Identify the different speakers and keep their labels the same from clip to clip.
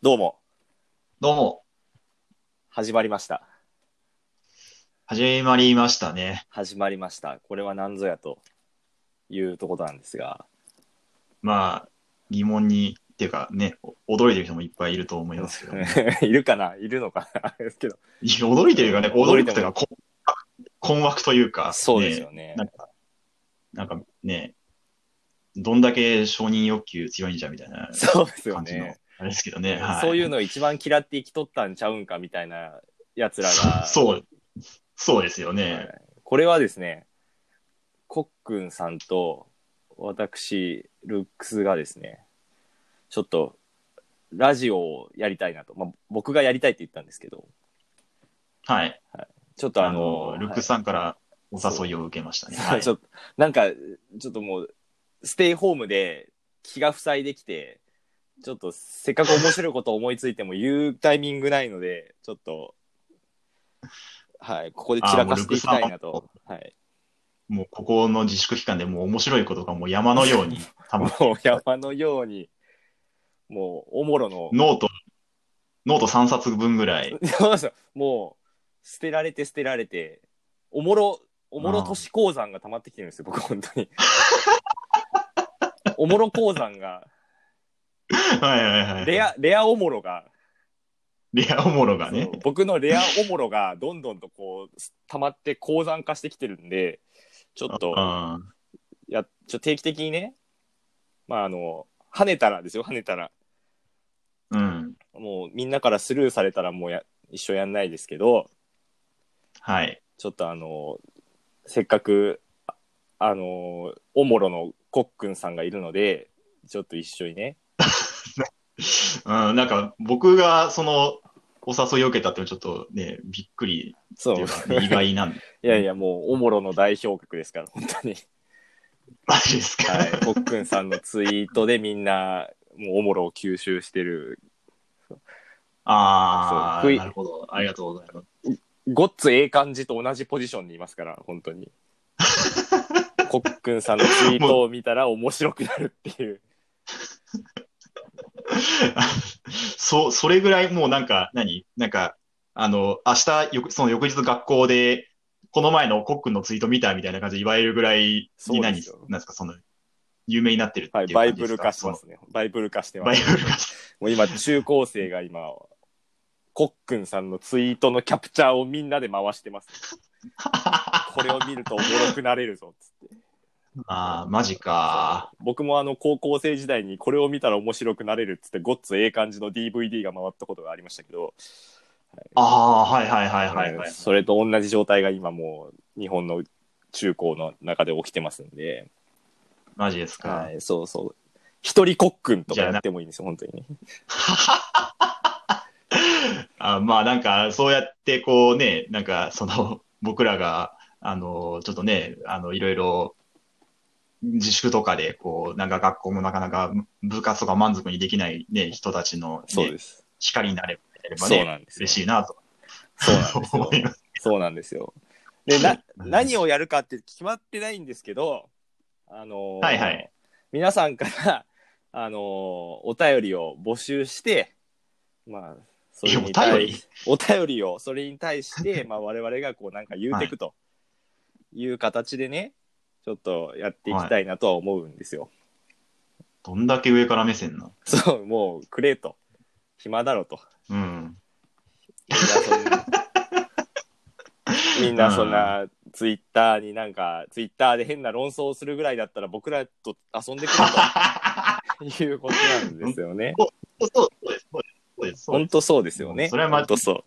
Speaker 1: どうも、
Speaker 2: どうも、
Speaker 1: 始まりました。
Speaker 2: 始まりましたね。
Speaker 1: 始まりました。これは何ぞやというところなんですが、
Speaker 2: まあ、疑問に、っていうかね、お驚いてる人もいっぱいいると思います けど、
Speaker 1: いるかないるのかなあれですけど。
Speaker 2: 驚いてるかね、
Speaker 1: 驚い
Speaker 2: 驚
Speaker 1: ても
Speaker 2: くというか、困惑困惑というか、
Speaker 1: そうですよね。
Speaker 2: なんか、なんかね、どんだけ承認欲求強いんじゃみたいな
Speaker 1: そうですよ
Speaker 2: 感じの、
Speaker 1: ね。
Speaker 2: あれですけどね。は
Speaker 1: そういうの一番嫌って生きとったんちゃうんかみたいなやつらが、
Speaker 2: そう、そうですよね。
Speaker 1: はいこれはですね、コックンさんと私、ルックスがですね、ちょっとラジオをやりたいなと、まあ、僕がやりたいって言ったんですけど、
Speaker 2: はい。
Speaker 1: ちょっと
Speaker 2: あ
Speaker 1: あの、
Speaker 2: の、ルッ
Speaker 1: はい
Speaker 2: クスさんからお誘いを受けましたね。
Speaker 1: そう
Speaker 2: は い
Speaker 1: ちょっとなんかちょっともうステイホームで気が塞いできてちょっとせっかく面白いこと思いついても言うタイミングないのでちょっとはいここで散らかしていきたいなとはい
Speaker 2: もうここの自粛期間でもう面白いことがもう山 のように溜まって
Speaker 1: もう山のようにもうおもろの
Speaker 2: ノート、ノート3冊分ぐらい。
Speaker 1: そうそう もう捨てられて捨てられておもろおもろ都市鉱山が溜まってきてるんですよ僕本当におもろ鉱山が
Speaker 2: はいはいはい。
Speaker 1: レ。アレアおもろが
Speaker 2: レアおもろがね
Speaker 1: そう。僕のレアおもろがどんどんとこう溜まって鉱山化してきてるんでちょっ
Speaker 2: うん。
Speaker 1: と
Speaker 2: はい
Speaker 1: やちょ定期的にねまああの跳ねたらですよ跳ねたら
Speaker 2: うん。
Speaker 1: もうみんなからスルーされたらもうや一生やんないですけど
Speaker 2: はい。
Speaker 1: ちょっとあのせっかくああのおもろのコックンさんがいるのでちょっと一緒にね
Speaker 2: うん、なんか僕がそのお誘いを受けたってのはちょっとね、びっくり
Speaker 1: そ
Speaker 2: っていううか、ね、意外なんで。
Speaker 1: いやいやもうおもろの代表格ですから本当に
Speaker 2: マジですか。
Speaker 1: はい、コックンさんのツイートでみんな、もうおもろを吸収してる。
Speaker 2: あ
Speaker 1: そう
Speaker 2: あ、なるほど。ありがとうございます。
Speaker 1: ごっつええ感じと同じポジションにいますから、本当 に。コックンさんのツイートを見たら面白くなるっていう。
Speaker 2: そ、それぐらいもうなんか、何なんか、あの、明日、よくその翌日学校で、この前のコックンのツイート見たみたいな感じで言われるぐらい
Speaker 1: そう
Speaker 2: に
Speaker 1: で
Speaker 2: 何、
Speaker 1: すよ
Speaker 2: なんですか、その、有名になってるって
Speaker 1: はいい、
Speaker 2: う
Speaker 1: バイ
Speaker 2: 感じ
Speaker 1: ブ
Speaker 2: で
Speaker 1: ル
Speaker 2: すか
Speaker 1: 化しますね。バイブル化して
Speaker 2: その
Speaker 1: ま
Speaker 2: バイ
Speaker 1: す。
Speaker 2: ブル化し
Speaker 1: もう今、中高生が今、コックンさんのツイートのキャプチャーをみんなで回して ます。これを見るとおもろくなれるぞ、つって。
Speaker 2: ああ、マジか。
Speaker 1: 僕もあの高校生時代にこれを見たら面白くなれるっつってごっつええ感じの DVD が回ったことがありましたけど、
Speaker 2: ああ、はいはいはいはい、はい。
Speaker 1: それと同じ状態が今もう日本の中高の中で起きてますんで、
Speaker 2: マジですか。
Speaker 1: はい、そうそう一人コックンとかやってもいいんですよ本当にね
Speaker 2: あまあなんか、そうやってこうね、なんかその、 僕らが、あの、ちょっとね、あの、いろいろ、自粛とかで、こう、なんか学校もなかなか部活とか満足にできないね、人たちの、ね、
Speaker 1: そうです、
Speaker 2: 光になれば
Speaker 1: そう
Speaker 2: ね、
Speaker 1: なんですよ
Speaker 2: 嬉しいなと
Speaker 1: そうなんですよ
Speaker 2: 思います。
Speaker 1: そうなんですよで な何をやるかって決まってないんですけどあのー
Speaker 2: はいはい
Speaker 1: 皆さんから あのーお便りを募集してまあそれに
Speaker 2: えお
Speaker 1: 対
Speaker 2: 便り
Speaker 1: お便りをそれに対 して、まあ、我々がこうなんか言うてくという形でね、ちょっとやっていきたいなとは思うんですよ。
Speaker 2: どんだけ上から目線な。
Speaker 1: そうもうくれと暇だろと
Speaker 2: うん。
Speaker 1: みんなそんな みんなそんなツイッターになんかツイッターで変な論争をするぐらいだったら僕らと遊んでくるということなんですよね。
Speaker 2: そうそうそうです、そうです、そう
Speaker 1: 本
Speaker 2: です。
Speaker 1: 当そうですよね。
Speaker 2: それはま
Speaker 1: 本当そう。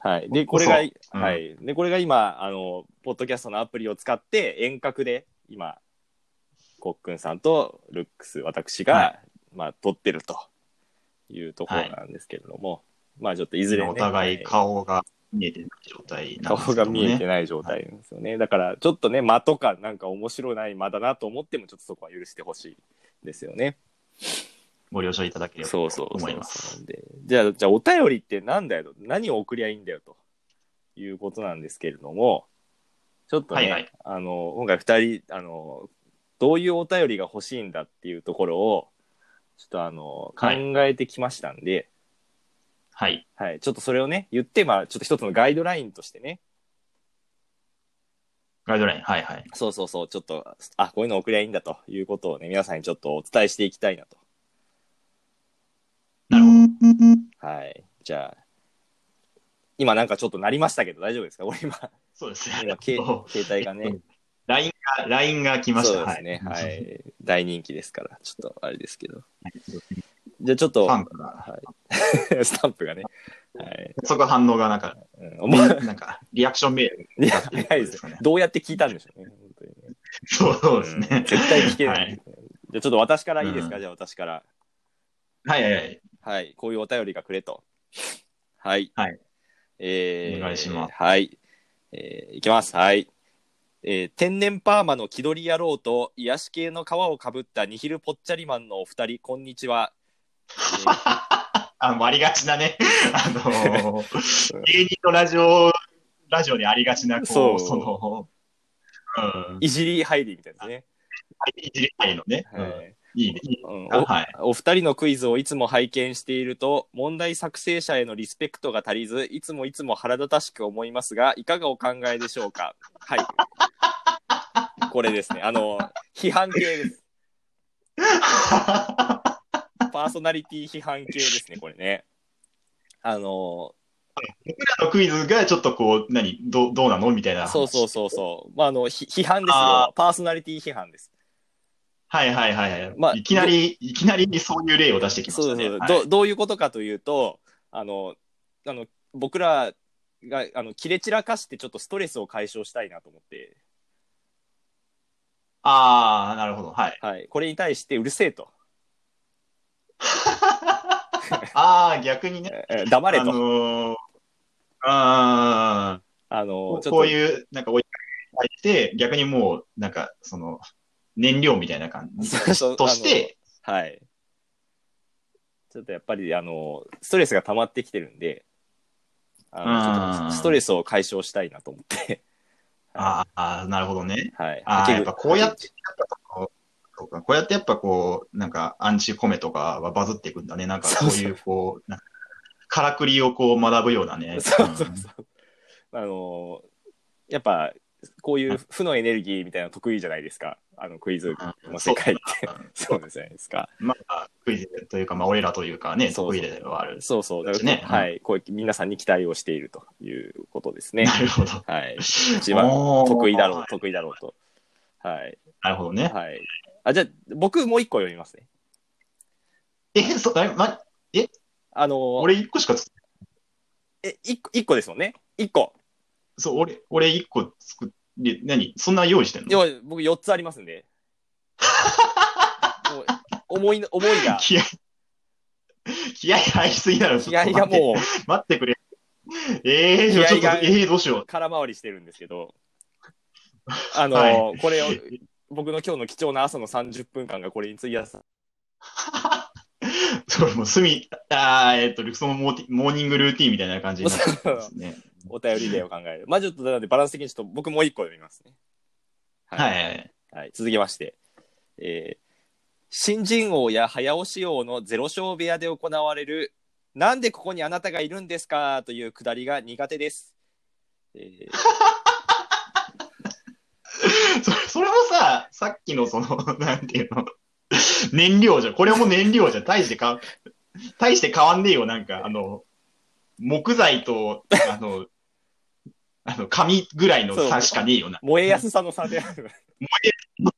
Speaker 1: はい。で、これが、
Speaker 2: うん
Speaker 1: はい。で、これが今、あの、ポッドキャストのアプリを使って遠隔で今、コックンさんとルックス、私が、
Speaker 2: は
Speaker 1: まあ、撮ってるというところなんですけれども、まあ、ちょっといずれね、
Speaker 2: お互
Speaker 1: は
Speaker 2: い顔が見えてない状態なんですけ
Speaker 1: 顔
Speaker 2: ど
Speaker 1: が
Speaker 2: も
Speaker 1: 見えて
Speaker 2: ね。
Speaker 1: ない状態なんですよね。だから、ちょっとね、間とか、なんか面白いない間だなと思っても、ちょっとそこは許してほしいですよね。
Speaker 2: ご了承いただければと
Speaker 1: そうそう
Speaker 2: 思
Speaker 1: そ
Speaker 2: いうます。
Speaker 1: そうでじゃあ、じゃあ、お便りってなんだよと、何を送りゃいいんだよということなんですけれども、ちょっとね、
Speaker 2: はいはい
Speaker 1: あの、今回二人、あの、どういうお便りが欲しいんだっていうところを、ちょっとあの、考
Speaker 2: はい
Speaker 1: えてきましたんで、
Speaker 2: はい。
Speaker 1: はい、ちょっとそれをね、言って、まあ、ちょっと一つのガイドラインとしてね、
Speaker 2: ガイドライン。はいはい。
Speaker 1: そうそうそう、ちょっと、あ、こういうの送りゃいいんだということをね、皆さんにちょっとお伝えしていきたいなと。
Speaker 2: なるほど。
Speaker 1: はい。じゃあ、今なんかちょっとなりましたけど、大丈夫ですか俺今、
Speaker 2: そうです
Speaker 1: 今
Speaker 2: ね。
Speaker 1: け携帯がね、
Speaker 2: LINE が、LINE が来まし
Speaker 1: そう
Speaker 2: た。
Speaker 1: ですね、はい。大人気ですから、ちょっとあれですけど。
Speaker 2: フ
Speaker 1: じゃあちょっと、
Speaker 2: ァンから、
Speaker 1: はい、 スタンプがね。はい。
Speaker 2: 即反応がなんか、
Speaker 1: うん、
Speaker 2: み
Speaker 1: 思 わ
Speaker 2: なんか、リアクションメール。
Speaker 1: いや ないですね。どうやって聞いたんでしょうね。本当にね
Speaker 2: そうそうです
Speaker 1: う
Speaker 2: ね
Speaker 1: ん。絶対聞けな。
Speaker 2: はいい。
Speaker 1: じゃあちょっと私からいいですか、
Speaker 2: うん
Speaker 1: じゃあ私から。
Speaker 2: はいはいはい。
Speaker 1: はい。こういうお便りがくれと。はい。
Speaker 2: はい。
Speaker 1: えー、
Speaker 2: お願いします
Speaker 1: はい。えー、いきます。はい。えー、天然パーマの気取り野郎と癒し系の皮をかぶったニヒルぽっちゃりマンのお二人、こんにちは。
Speaker 2: あ、もうありがちな ね。あのー、芸人のラジオ、ラジオにありがちな、こう、
Speaker 1: そう
Speaker 2: その、う
Speaker 1: え
Speaker 2: ん
Speaker 1: ー、いじり入りみたいですね。
Speaker 2: いじりたいのね。う
Speaker 1: は
Speaker 2: ん
Speaker 1: い。
Speaker 2: いいね。いい
Speaker 1: うん
Speaker 2: あ
Speaker 1: お
Speaker 2: はい。
Speaker 1: お二人のクイズをいつも拝見していると問題作成者へのリスペクトが足りずいつもいつも腹立たしく思いますがいかがお考えでしょうかはいこれですねあの批判系ですパーソナリティ批判系ですねこれねあの
Speaker 2: あのクイズがちょっとこう、何、どうどうなのみたいな。
Speaker 1: そうそうそうそうまああのひ批判です
Speaker 2: あ
Speaker 1: よパーソナリティ批判です
Speaker 2: はいはいはいはい。
Speaker 1: まあ
Speaker 2: いきなり、いきなりそういう例を出してきまし
Speaker 1: そう
Speaker 2: た
Speaker 1: そう
Speaker 2: ね。
Speaker 1: そう、
Speaker 2: はい
Speaker 1: どどういうことかというとあのあの僕らがあの切れ散らかしてちょっとストレスを解消したいなと思って、
Speaker 2: ああ、なるほど。はい。
Speaker 1: はい、これに対してうるせえと、
Speaker 2: ああ、逆にね。
Speaker 1: えー黙れ
Speaker 2: あ
Speaker 1: と、あ
Speaker 2: の
Speaker 1: の
Speaker 2: ー、あー
Speaker 1: ち
Speaker 2: こ
Speaker 1: ょ
Speaker 2: う
Speaker 1: っ
Speaker 2: いう、なんか追いかけて、逆にもう、なんか、その、燃料みたいな感じ
Speaker 1: そうそう
Speaker 2: として、
Speaker 1: と、はい、ちょっとやっぱりあのストレスが溜まってきてるんで、あのちょ
Speaker 2: う
Speaker 1: っ
Speaker 2: ん
Speaker 1: とストレスを解消したいなと思って、
Speaker 2: あーあー、なるほどね。
Speaker 1: はい、
Speaker 2: ああ、やっぱこうや
Speaker 1: っ
Speaker 2: って、やっぱこうそうかこうやってやっぱこう、なんかアンチコメとかはバズっていくんだね。なんかこういう、こう、なんかからくりをこう学ぶようなね。
Speaker 1: そうそうそう。あのーやっぱ、こういう負のエネルギーみたいなの得意じゃないですか。あの、クイズ
Speaker 2: うん
Speaker 1: の世界って。
Speaker 2: そ
Speaker 1: そううじゃないですか。
Speaker 2: まあ、クイズというか、まあ、俺らというかね、
Speaker 1: そう
Speaker 2: 得
Speaker 1: そう
Speaker 2: 意ではある。
Speaker 1: そうそう。だから、
Speaker 2: ね
Speaker 1: はい。こう、皆さんに期待をしているということですね。
Speaker 2: なるほど。
Speaker 1: はい。一
Speaker 2: 一
Speaker 1: 番得意だろう、得意だろうと。はい。
Speaker 2: なるほどね。
Speaker 1: はい。あ、じゃあ、僕もう一個読みますね。
Speaker 2: え、そ、あれ、ま、
Speaker 1: あのー
Speaker 2: 俺一個しかつ、
Speaker 1: え、一個一個ですもんね。一個。
Speaker 2: そう、俺、俺一個作り、何そんな用意してん
Speaker 1: 要
Speaker 2: の
Speaker 1: は、僕四つありますん で。もう思いの、思い が、
Speaker 2: 気合、気合入りすぎだろ、
Speaker 1: 気合が
Speaker 2: ちょっと
Speaker 1: もう、
Speaker 2: 待って。待ってくれ。えー、
Speaker 1: 気合が
Speaker 2: ちょっと、えー、どうしよ う。
Speaker 1: 空回りしてるんですけど、あの、
Speaker 2: は
Speaker 1: これを、僕の今日の貴重な朝の30分間がこれに費やす。
Speaker 2: そう、もう、すみ、あー、えっと、ルクソンモーティモーニングルーティンみたいな感じになってますね。
Speaker 1: お便り例を考える。まあちょっと、なのでバランス的にちょっと僕もう一個読みますね。。
Speaker 2: はいいはい。
Speaker 1: はい続きまして、えー新人王や早押し王のゼロ勝部屋で行われる、なんでここにあなたがいるんですかというくだりが苦手です。えー
Speaker 2: それそれもさ、さっきのその、 なんていうの、燃料じゃ、これも燃料じゃ、大してか、大して変わんねえよ、なんか、あの、木材と、あの、 あの、紙ぐらいの
Speaker 1: そう
Speaker 2: 差しかねえよな。
Speaker 1: 燃えやすさの差である。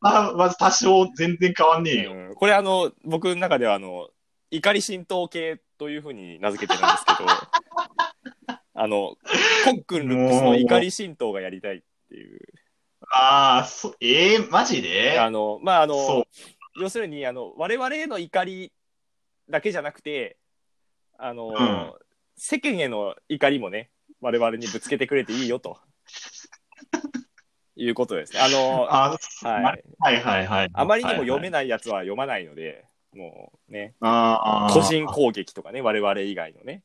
Speaker 2: まあ、多少全然変わんねえよ。
Speaker 1: うんこれあの僕の中ではあの怒り浸透系というふうに名付けてるんですけど あのコックンルックスの怒り浸透がやりたいっていう
Speaker 2: ああ、そ、ええマジで
Speaker 1: あのまああ
Speaker 2: そ
Speaker 1: の要するにあの我々への怒りだけじゃなくてあの、
Speaker 2: うん
Speaker 1: 世間への怒りもね我々にぶつけてくれていいよということですねあ
Speaker 2: う。
Speaker 1: の
Speaker 2: あー、
Speaker 1: は、
Speaker 2: はいいはいはい。
Speaker 1: あまりにも読め
Speaker 2: い。
Speaker 1: ないやつは読まないので、もうね
Speaker 2: ああ。
Speaker 1: 個人攻撃とかね、我々以外のね。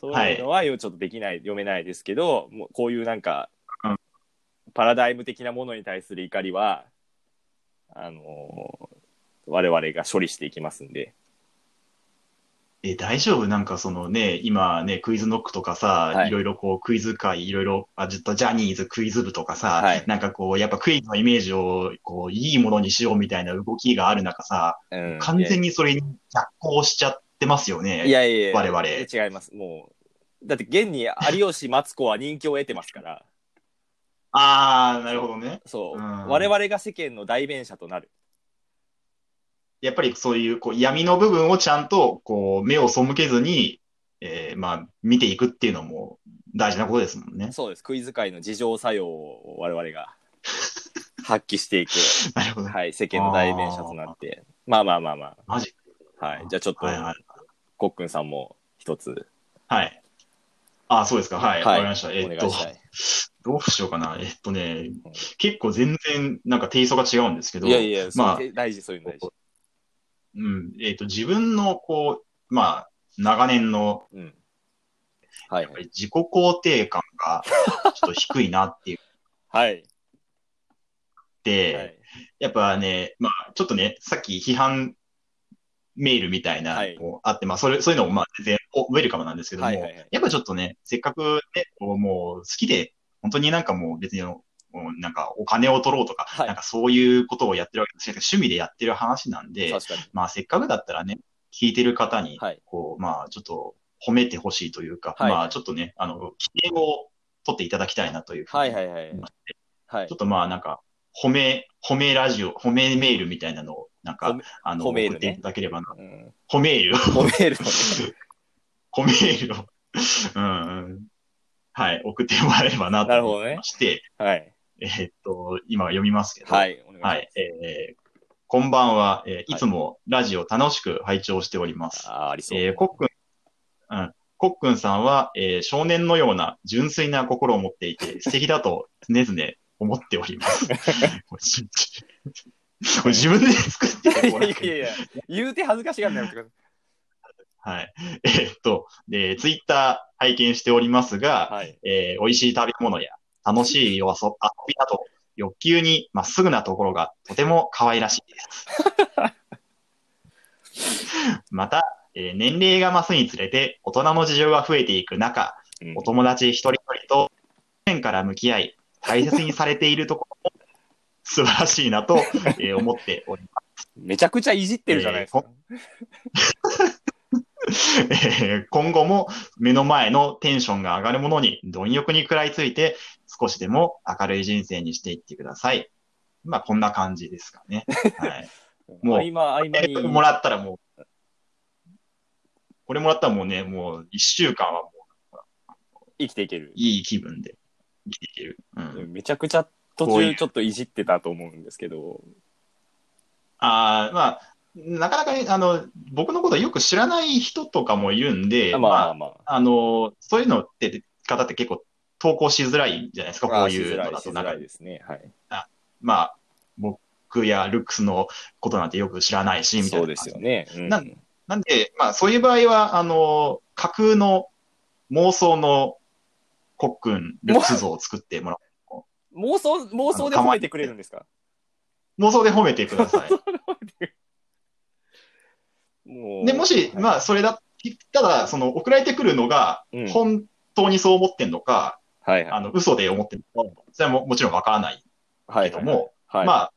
Speaker 1: そういうのはよちょっとできない、読めないですけど、もうこういうなんか、
Speaker 2: うん
Speaker 1: パラダイム的なものに対する怒りは、あのー我々が処理していきますんで。
Speaker 2: え、大丈夫なんかそのね、今ね、クイズノックとかさ、
Speaker 1: はい
Speaker 2: いろいろこう、クイズ界、いろいろ、あ、ずっとジャニーズクイズ部とかさ、
Speaker 1: はい
Speaker 2: なんかこう、やっぱクイズのイメージを、こう、いいものにしようみたいな動きがある中さ、
Speaker 1: うん、
Speaker 2: 完全にそれに逆行しちゃってますよね。
Speaker 1: いやいやいや
Speaker 2: 我々
Speaker 1: 違います。もう、だって現に有吉松子は人気を得てますから、
Speaker 2: あー、なるほどね。
Speaker 1: そう、
Speaker 2: うん
Speaker 1: 我々が世間の代弁者となる。
Speaker 2: やっぱりそういう、こう、闇の部分をちゃんと、こう、目を背けずに、えーまあ、見ていくっていうのも大事なことですもんね。
Speaker 1: そうです。クイズ界の自浄作用を我々が発揮していく。
Speaker 2: なるほど。
Speaker 1: はい、世間の代弁者となって。まあまあまあま
Speaker 2: マジ。
Speaker 1: あ。はい。じゃあちょっと、
Speaker 2: はいはい。
Speaker 1: コックンさんも一つ、
Speaker 2: はい。あ、そうですか。はい。わ
Speaker 1: はい
Speaker 2: かりました。え
Speaker 1: お
Speaker 2: っ
Speaker 1: 願
Speaker 2: と
Speaker 1: い、したい。
Speaker 2: どうしようかな。えっとね、結構全然、なんかテイストが違うんですけど、
Speaker 1: いやいや、
Speaker 2: まあ
Speaker 1: そう大事、そういうの大事。
Speaker 2: うん、えっと、自分の、こう、まあ、長年の、
Speaker 1: うん。はい
Speaker 2: やっぱ。り自己肯定感が、ちょっと低いなって言っ
Speaker 1: はい。
Speaker 2: て、
Speaker 1: はい
Speaker 2: やっぱね、まあ、ちょっとね、さっき批判メールみたいな
Speaker 1: はい
Speaker 2: のもあって、まあ、それ、そういうのも、まあ、全然、おウェルカムなんですけども、
Speaker 1: はいはいはい
Speaker 2: やっぱちょっとね、せっかくね、こうもう、好きで、本当になんかもう、別に、もうなんか、お金を取ろうとか、
Speaker 1: はい
Speaker 2: なんかそういうことをやってるわけですけど、趣味でやってる話なんで、
Speaker 1: 確かに。
Speaker 2: まあ、せっかくだったらね、聞いてる方に、
Speaker 1: はい。
Speaker 2: こう、まあ、ちょっと、褒めてほしいというか、
Speaker 1: はい
Speaker 2: まあ、ちょっとね、あの、規定を取っていただきたいなというふうに
Speaker 1: はいはいはい。はい
Speaker 2: ちょっ。とまあなんか、褒め、褒めラジオ、褒めメールみたいなのを、なん
Speaker 1: 褒
Speaker 2: か
Speaker 1: め、
Speaker 2: あの、
Speaker 1: 褒めるね
Speaker 2: 送っていただければな。
Speaker 1: うん
Speaker 2: 褒めールを、
Speaker 1: 褒めるのね。
Speaker 2: 褒めールを、うんうん、はい、送ってもらえればな
Speaker 1: なる
Speaker 2: と
Speaker 1: ほ
Speaker 2: 思
Speaker 1: ど
Speaker 2: い
Speaker 1: ね
Speaker 2: まして、
Speaker 1: はい。
Speaker 2: えーっと、今読みますけど、
Speaker 1: はい。お願いします。
Speaker 2: はい、えーこんばんは、えーいつもラジオ楽しく拝聴しております。
Speaker 1: ああ、ありそう。
Speaker 2: えーコックン、うん、コックンさんは、えー少年のような純粋な心を持ってい て、素敵だと常々思っております。これしこれ自分で作ってたこ
Speaker 1: い
Speaker 2: れ
Speaker 1: やいやいや、言うて恥ずかしがんないよ。
Speaker 2: はい。えーっと、で、ツイッター拝見しておりますが、
Speaker 1: はい。
Speaker 2: えー美味しい食べ物や楽しい遊遊びなど、欲求にまっすぐなところがとても可愛らしいです。また、えー年齢が増すにつれて大人の事情が増えていく中、
Speaker 1: うん
Speaker 2: お友達一人一人と面から向き合い、大切にされているところも素晴らしいなと、えー思っておりま
Speaker 1: めちゃくちゃいじってるじゃないですか。
Speaker 2: す、えー今後も目の前のテンションが上がるものに貪欲に食らいついて、少しでも明るい人生にしていってください。 まあ、こんな感じですか ね。はい。
Speaker 1: も
Speaker 2: も
Speaker 1: う
Speaker 2: う
Speaker 1: 合間合間に。
Speaker 2: もらったらもう、これもらったらもうね、もう一週間はもう
Speaker 1: 生きていける。
Speaker 2: いい気分で生きていける。うん。
Speaker 1: めちゃくちゃ途中ちょっといじってたと思うんですけど。
Speaker 2: ああ、まあ、なかなかね、あの、僕のことよく知らない人とかもいるんで、
Speaker 1: あまあま
Speaker 2: ま
Speaker 1: あ
Speaker 2: あ、
Speaker 1: まあ。
Speaker 2: あの、そういうのって、方って結構投稿しづらいじゃないですか、こうい
Speaker 1: あーし
Speaker 2: う
Speaker 1: づら
Speaker 2: の
Speaker 1: い
Speaker 2: だ
Speaker 1: し
Speaker 2: と、
Speaker 1: づ
Speaker 2: なん
Speaker 1: ら
Speaker 2: か
Speaker 1: い、ですね。はい。
Speaker 2: まあ、僕やルックスのことなんてよく知らないし、みたい
Speaker 1: そう
Speaker 2: な
Speaker 1: ですよ
Speaker 2: 感じ。
Speaker 1: ね。うん
Speaker 2: なんなんで、まあ、そういう場合は、あの、架空の妄想のコックン、ルックス像を作ってもら
Speaker 1: 妄想、妄想で褒めてくれるんですか
Speaker 2: う。妄想で褒めてくださ い。
Speaker 1: もう。
Speaker 2: で、もし、まあ、それだ、ただ、その、送られてくるのが、
Speaker 1: うん
Speaker 2: 本当にそう思ってんのか、
Speaker 1: はいはい。
Speaker 2: あの、嘘で思ってんのか、それはももちろんわからない
Speaker 1: は
Speaker 2: け
Speaker 1: い
Speaker 2: ど
Speaker 1: はい
Speaker 2: も、
Speaker 1: はい。
Speaker 2: まあ、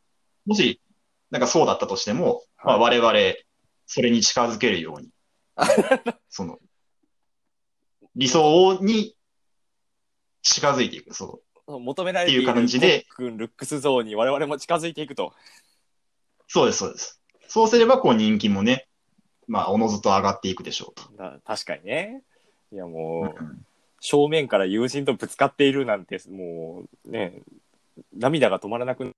Speaker 2: もし、なんかそうだったとしても、まあ、我々、それに近づけ るように、その、理想に近づいていく。そう。
Speaker 1: 求められている
Speaker 2: っていう感じで
Speaker 1: コックンルックス像に我々も近づいていくと。
Speaker 2: そうです、そうです。そうすれば、こう、人気もね、まあ、おのずと上がっていくでしょうと。
Speaker 1: な確かにね。いやもう、
Speaker 2: うん
Speaker 1: 正面から友人とぶつかっているなんて、もうね、涙が止まらなくなる。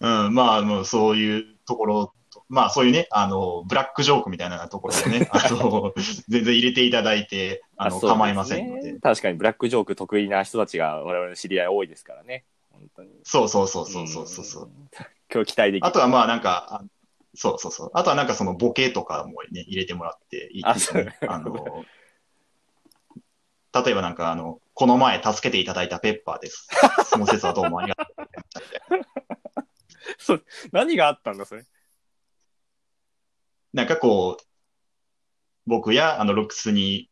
Speaker 2: うん、まあ、もうそういうところと、まあ、そういうね、あの、ブラックジョークみたいなところを ね、あの、全然入れていただいて、あの、
Speaker 1: そうですね
Speaker 2: 構いませんので。
Speaker 1: 確かにブラックジョーク得意な人たちが我々の知り合い多いですからね。本当に。
Speaker 2: そうそうそうそうそうそうそう。
Speaker 1: ん今日期待できる
Speaker 2: あとはまあなんか、あそうそうそう。あとはなんかそのボケとかもね、入れてもらっていい
Speaker 1: あ
Speaker 2: ですね。
Speaker 1: そう
Speaker 2: あの、例えばなんかあの、この前助けていただいたペッパ ーです。その説はどうもありがとうございました。
Speaker 1: そう何があったんだそれ
Speaker 2: なんかこう、僕やあのロックスに、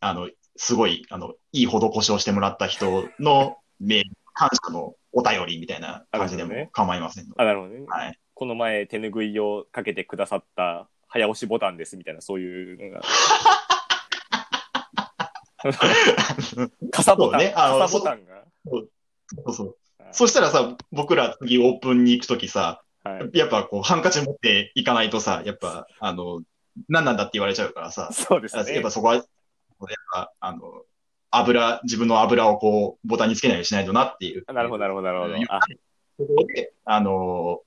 Speaker 2: あの、すごい、あの、いい施しをしてもらった人の名感謝のお便りみたいな感じで
Speaker 1: あなるほど
Speaker 2: も
Speaker 1: ね
Speaker 2: 構いませんので。
Speaker 1: あなるほどね
Speaker 2: はい。
Speaker 1: この前手ぬぐいをかけてくださった早押しボタンですみたいなそういう のが傘ボタン、
Speaker 2: そうねあの
Speaker 1: 傘ボタンが
Speaker 2: そうそう。そしたらさ、僕ら次オープンに行くときさ、
Speaker 1: はい、
Speaker 2: やっぱこうハンカチ持っていかないとさ、やっぱ、あの、何なんだって言われちゃうからさ、
Speaker 1: そうです
Speaker 2: やっ
Speaker 1: ね
Speaker 2: ぱそこは、やっぱ、あの、油、自分の油をこう、ボタンにつけないようにしないとなっていう。
Speaker 1: あなるほどなるほどなるほどあ
Speaker 2: そこで、あの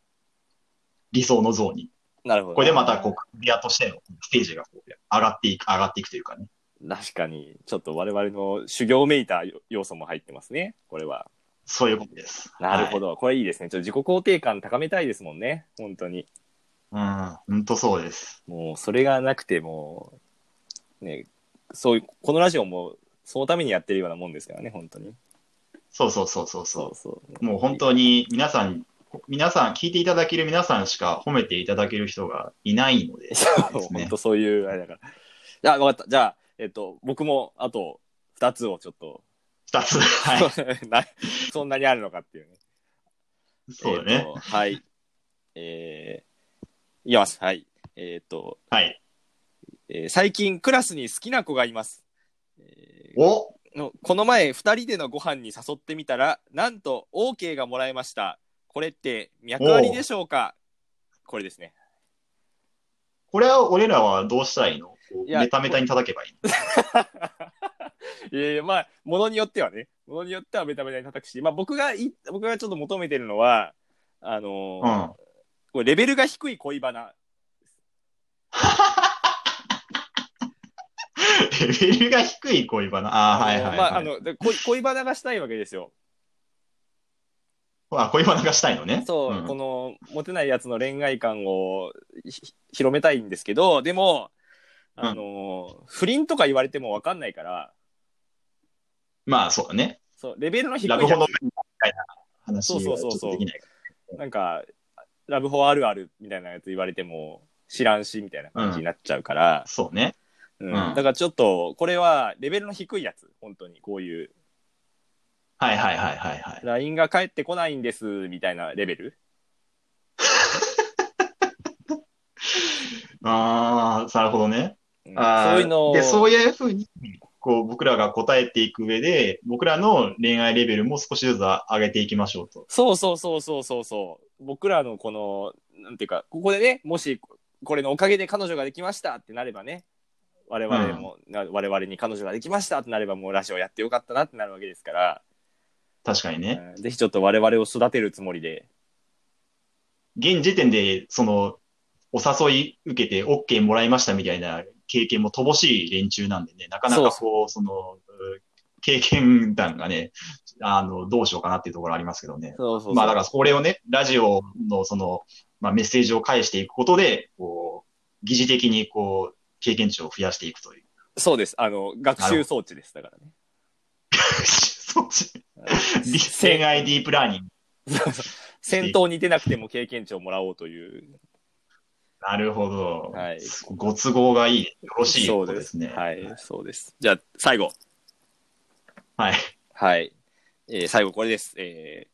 Speaker 2: 理想の像に。
Speaker 1: なるほど
Speaker 2: これでまた、こう、ビアとしてのステージがこう上がっていく、上がっていくというかね。
Speaker 1: 確かにちょっと我々の修行めいた要素も入ってますねこれは
Speaker 2: そういうことです。
Speaker 1: なるほ
Speaker 2: ど。
Speaker 1: ど、これいいですねちょっと自己肯定感高めたいですもんね本当に
Speaker 2: うん、本当そうです。
Speaker 1: もうそれがなくてもうねそういうこのラジオもそのためにやってるようなもんですからね本当に
Speaker 2: そうそうそうそうそう。
Speaker 1: うそう
Speaker 2: もう本当に皆さん、皆さん、聞いていただける皆さんしか褒めていただける人がいないので、
Speaker 1: そう
Speaker 2: ですね
Speaker 1: 本当そういうあれだから。じゃあ、わかった。じゃあ、えっと、僕もあと2つをちょっと、
Speaker 2: 二つ。は い。
Speaker 1: なそんなにあるのかっていうね。
Speaker 2: そうだ
Speaker 1: えっ
Speaker 2: ね。
Speaker 1: とはい。えー、いきます。はい。えっと、
Speaker 2: はい。
Speaker 1: えー最近クラスに好きな子がいます。えー
Speaker 2: お
Speaker 1: のこの前2人でのご飯に誘ってみたらなんと OK がもらえましたこれって脈ありでしょうかこれですね
Speaker 2: これは俺らはどうしたらいいのこう
Speaker 1: いや
Speaker 2: メタメタに叩けばいいの
Speaker 1: いやいやまあものによってはねものによってはベタベタに叩くし、まあ、僕がい僕がちょっと求めてるのはあのー
Speaker 2: うん。
Speaker 1: これレベルが低い恋バナ
Speaker 2: レベルが低い恋バナ。ああ、はいはい、はい。
Speaker 1: まああので恋恋バナがしたいわけですよ
Speaker 2: あ恋バナがしたいのね。
Speaker 1: そう、
Speaker 2: ん
Speaker 1: このモテないやつの恋愛観をひ広めたいんですけどでもあのー不倫とか言われても分かんないから
Speaker 2: まあそうだね。
Speaker 1: そうレベルの低いや
Speaker 2: ラ
Speaker 1: つ
Speaker 2: ブホのみたいな話はち
Speaker 1: そう
Speaker 2: ょ
Speaker 1: そうそうそう
Speaker 2: っとできないか
Speaker 1: なんか、ラブホあるあるみたいなやつ言われても、知らんしみたいな感じになっちゃうから
Speaker 2: ら。、そうね。
Speaker 1: うん
Speaker 2: ん
Speaker 1: だからちょっと、これはレベルの低いやつ、本当に、こういう、
Speaker 2: はいはいはいはいはい。
Speaker 1: LINE が返ってこないんですみたいなレベル。
Speaker 2: ああ、なるほどね。
Speaker 1: うん
Speaker 2: あ
Speaker 1: そ
Speaker 2: ー
Speaker 1: ういうのを
Speaker 2: で、そういうふうに、こう、僕らが答えていく上で、僕らの恋愛レベルも少しずつ上げていきましょうと。
Speaker 1: そうそうそうそうそうそう、僕らのこの、なんていうか、ここでね、もし、これのおかげで彼女ができましたってなればね、我々も、な我々に彼女ができましたってなれば、もうラジオやってよかったなってなるわけですから、
Speaker 2: 確かにね。
Speaker 1: うんぜひちょっと我々を育てるつもりで、
Speaker 2: 現時点で、その、お誘い受けて OK もらいましたみたいな経験も乏しい連中なんでね、なかなかこう、その、う経験談がね、あの、どうしようかなっていうところありますけどね。
Speaker 1: そうそうそう
Speaker 2: まあだから、これをね、ラジオのその、まあメッセージを返していくことで、こう、疑似的にこう、経験値を増やしていくという。
Speaker 1: そうです。あの、学習装置です。だからね。
Speaker 2: そうしリ
Speaker 1: せ
Speaker 2: 恋愛ディープラーニング。
Speaker 1: 戦闘に出なくても経験値をもらおうという。
Speaker 2: なるほど。
Speaker 1: はい
Speaker 2: ご都合がいい。よろしい
Speaker 1: そ
Speaker 2: こ
Speaker 1: う
Speaker 2: とですね。
Speaker 1: はい、そうです。じゃあ、最後。
Speaker 2: はい。
Speaker 1: はい。えー最後、これです。えー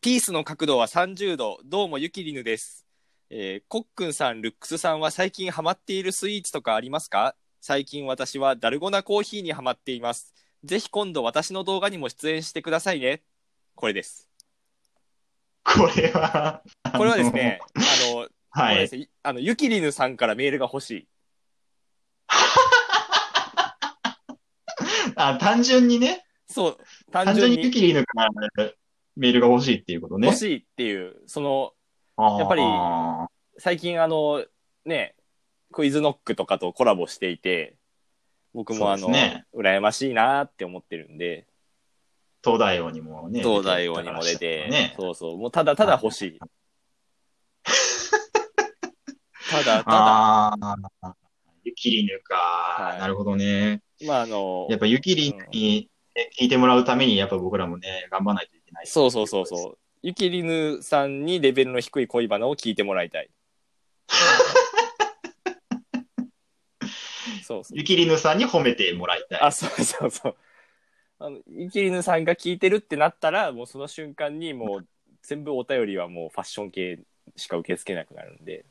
Speaker 1: ピースの角度は30度、どうもゆきりぬです。えーコックンさん、ルックスさんは最近ハマっているスイーツとかありますか最近私はダルゴナコーヒーにハマっています。ぜひ今度私の動画にも出演してくださいね。これです。
Speaker 2: これは、
Speaker 1: これはですね、あの、こ
Speaker 2: は
Speaker 1: れで
Speaker 2: い。
Speaker 1: すねあの、ゆきりぬさんからメールが欲しい。
Speaker 2: あ、単純にね、
Speaker 1: そう、
Speaker 2: 単
Speaker 1: 単純
Speaker 2: 純にユ
Speaker 1: に
Speaker 2: キリーヌからメールが欲しいっていうことね。
Speaker 1: 欲しいっていう、その、
Speaker 2: あー
Speaker 1: やっぱり最近あの、ね、クイズノックとかとコラボしていて、僕もあ
Speaker 2: そ
Speaker 1: の、
Speaker 2: うですね
Speaker 1: 羨ましいなって思ってるんで、
Speaker 2: 東大王にもね。
Speaker 1: 東大王にも出て、
Speaker 2: ね。
Speaker 1: そうそう、もうただただ欲し い。ただただ、
Speaker 2: ああ、ユキリーヌか、
Speaker 1: い
Speaker 2: なるほどね。
Speaker 1: まああの
Speaker 2: やっぱゆきりんにね聞いてもらうために、やっぱ僕らもね、頑張らないといけない。
Speaker 1: そうそうそうそうゆきりぬさんにレベルの低い恋バナを聞いてもらい たいそうそう
Speaker 2: ゆきりぬさんに褒めてもらいたい。
Speaker 1: あそうそうそうあのゆきりぬさんが聞いてるってなったらもうその瞬間にもう全部お便りはもうファッション系しか受け付けなくなるんで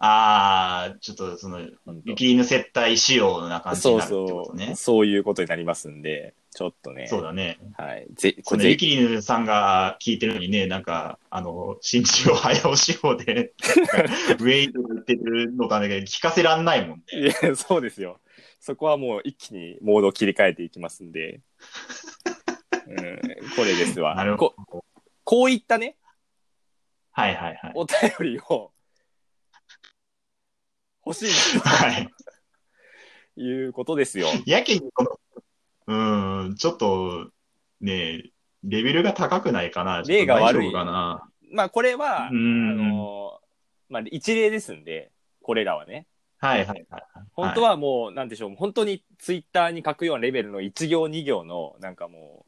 Speaker 2: ああ、ちょっとその、
Speaker 1: 本当
Speaker 2: ゆきりぬ接待仕様な感じに
Speaker 1: そう
Speaker 2: なるってこ
Speaker 1: そ
Speaker 2: と
Speaker 1: う、
Speaker 2: ね。
Speaker 1: そういうことになりますんで、ちょっとね、
Speaker 2: そうだね。
Speaker 1: はい、ぜこ
Speaker 2: こ
Speaker 1: れ
Speaker 2: れ、ゆ
Speaker 1: ぜ
Speaker 2: きりぬさんが聞いてるのにね、なんか、あの、新中を早押し法で、 なんかウェイト言ってるのかね、聞かせらんないもんね。
Speaker 1: いやそうですよ、そこはもう一気にモードを切り替えていきますんで、うん、これですわ
Speaker 2: なるほ
Speaker 1: こ。
Speaker 2: ど。
Speaker 1: こういったね、
Speaker 2: はいはいはい。
Speaker 1: お便りを欲しい
Speaker 2: はい。
Speaker 1: ということですよ。
Speaker 2: やけにこの、うーん、ちょっと、ね、レベルが高くないかな。
Speaker 1: 例が悪い
Speaker 2: ちょっと大丈夫かな。
Speaker 1: まあ、これは、あ
Speaker 2: うん
Speaker 1: のまあ、一例ですんで、これらはね。
Speaker 2: はいはいはい。
Speaker 1: 本当はもう、なんでしょう、本当にツイッターに書くようなレベルの1行2行の、なんかも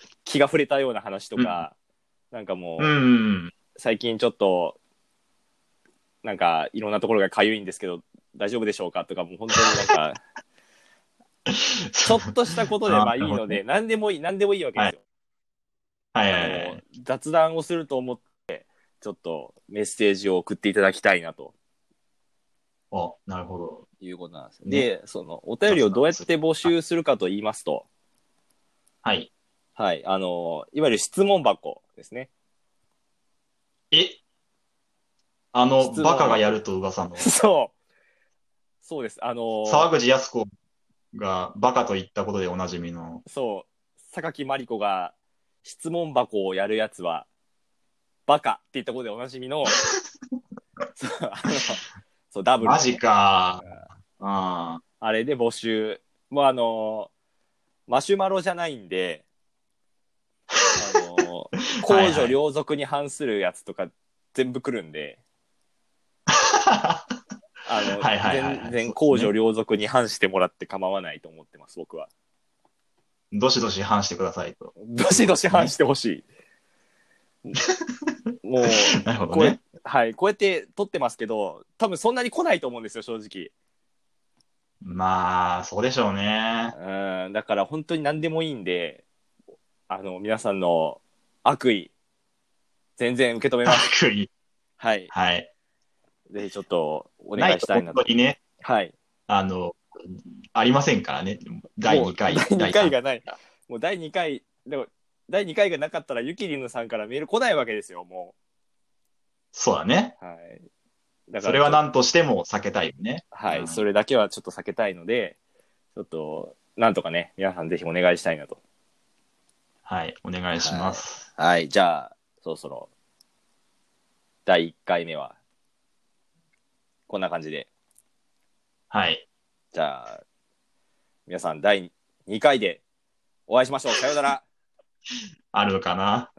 Speaker 1: う、気が触れたような話とか、なんかもう、
Speaker 2: うん。
Speaker 1: 最近ちょっと、なんかいろんなところがかゆいんですけど、大丈夫でしょうかとか、もう本当になん か、ちょっとしたことでまあいいので、何でもいい、何でもいいわけですよ。
Speaker 2: はい
Speaker 1: あ
Speaker 2: は
Speaker 1: の
Speaker 2: いはい。
Speaker 1: 雑談をすると思って、ちょっとメッセージを送っていただきたいなと。
Speaker 2: あ、なるほど。
Speaker 1: いうことなんですよ。
Speaker 2: ね
Speaker 1: で、その、お便りをどうやって募集するかと言いますと、
Speaker 2: はい。
Speaker 1: はい、あのいわゆる質問箱ですね。
Speaker 2: えあの、
Speaker 1: 質問
Speaker 2: バカがやると噂 の、
Speaker 1: そう。そうです。あの
Speaker 2: 沢口靖子がバカと言ったことでおなじみの、
Speaker 1: そう、榊マリコが質問箱をやるやつは、バカって言ったことでおなじみの、 そう、あの、そう、ダブルの。
Speaker 2: マジか。あ
Speaker 1: あれで募集。もうあのマシュマロじゃないんで、あ の公序良俗に反するやつとか全部来るんで、
Speaker 2: あ。
Speaker 1: あの、
Speaker 2: はいはいはいは
Speaker 1: 全
Speaker 2: いそうですね
Speaker 1: 然公序良俗に反してもらって構わないと思ってます、僕は。
Speaker 2: どしどし反してくださいと。
Speaker 1: どしどし反してほしい。 もう、
Speaker 2: なるほ
Speaker 1: こ
Speaker 2: ど
Speaker 1: う
Speaker 2: ね
Speaker 1: や。はい、こうやって撮ってますけど、多分そんなに来ないと思うんですよ、正直。
Speaker 2: まあ、そうでしょうね。
Speaker 1: うん、だから本当に何でもいいんで、あの、皆さんの悪意、全然受け止めます。
Speaker 2: 悪意。
Speaker 1: はい。
Speaker 2: はい。
Speaker 1: ぜひちょっとお願いしたいな
Speaker 2: と。
Speaker 1: と。
Speaker 2: 本当にね、
Speaker 1: はい。
Speaker 2: あの、ありませんからね。第2回。
Speaker 1: もう第2回
Speaker 2: 第三
Speaker 1: がない。もう第2回、でも、第2回がなかったら、ゆきりぬさんからメール来ないわけですよ、も
Speaker 2: そうだね。
Speaker 1: う。はい。だ
Speaker 2: それは
Speaker 1: な
Speaker 2: 何としても避けたいよね。
Speaker 1: は
Speaker 2: う
Speaker 1: い、
Speaker 2: ん
Speaker 1: それだけはちょっと避けたいので、ちょっと、なんとかね、皆さんぜひお願いしたいなと。
Speaker 2: はい。お願いします。
Speaker 1: はい、じゃあ、そろそろ、第1回目は、こんな感じで、
Speaker 2: はい。
Speaker 1: じゃあ、皆さん第2回でお会いしましょう。さようなら。
Speaker 2: あるのかな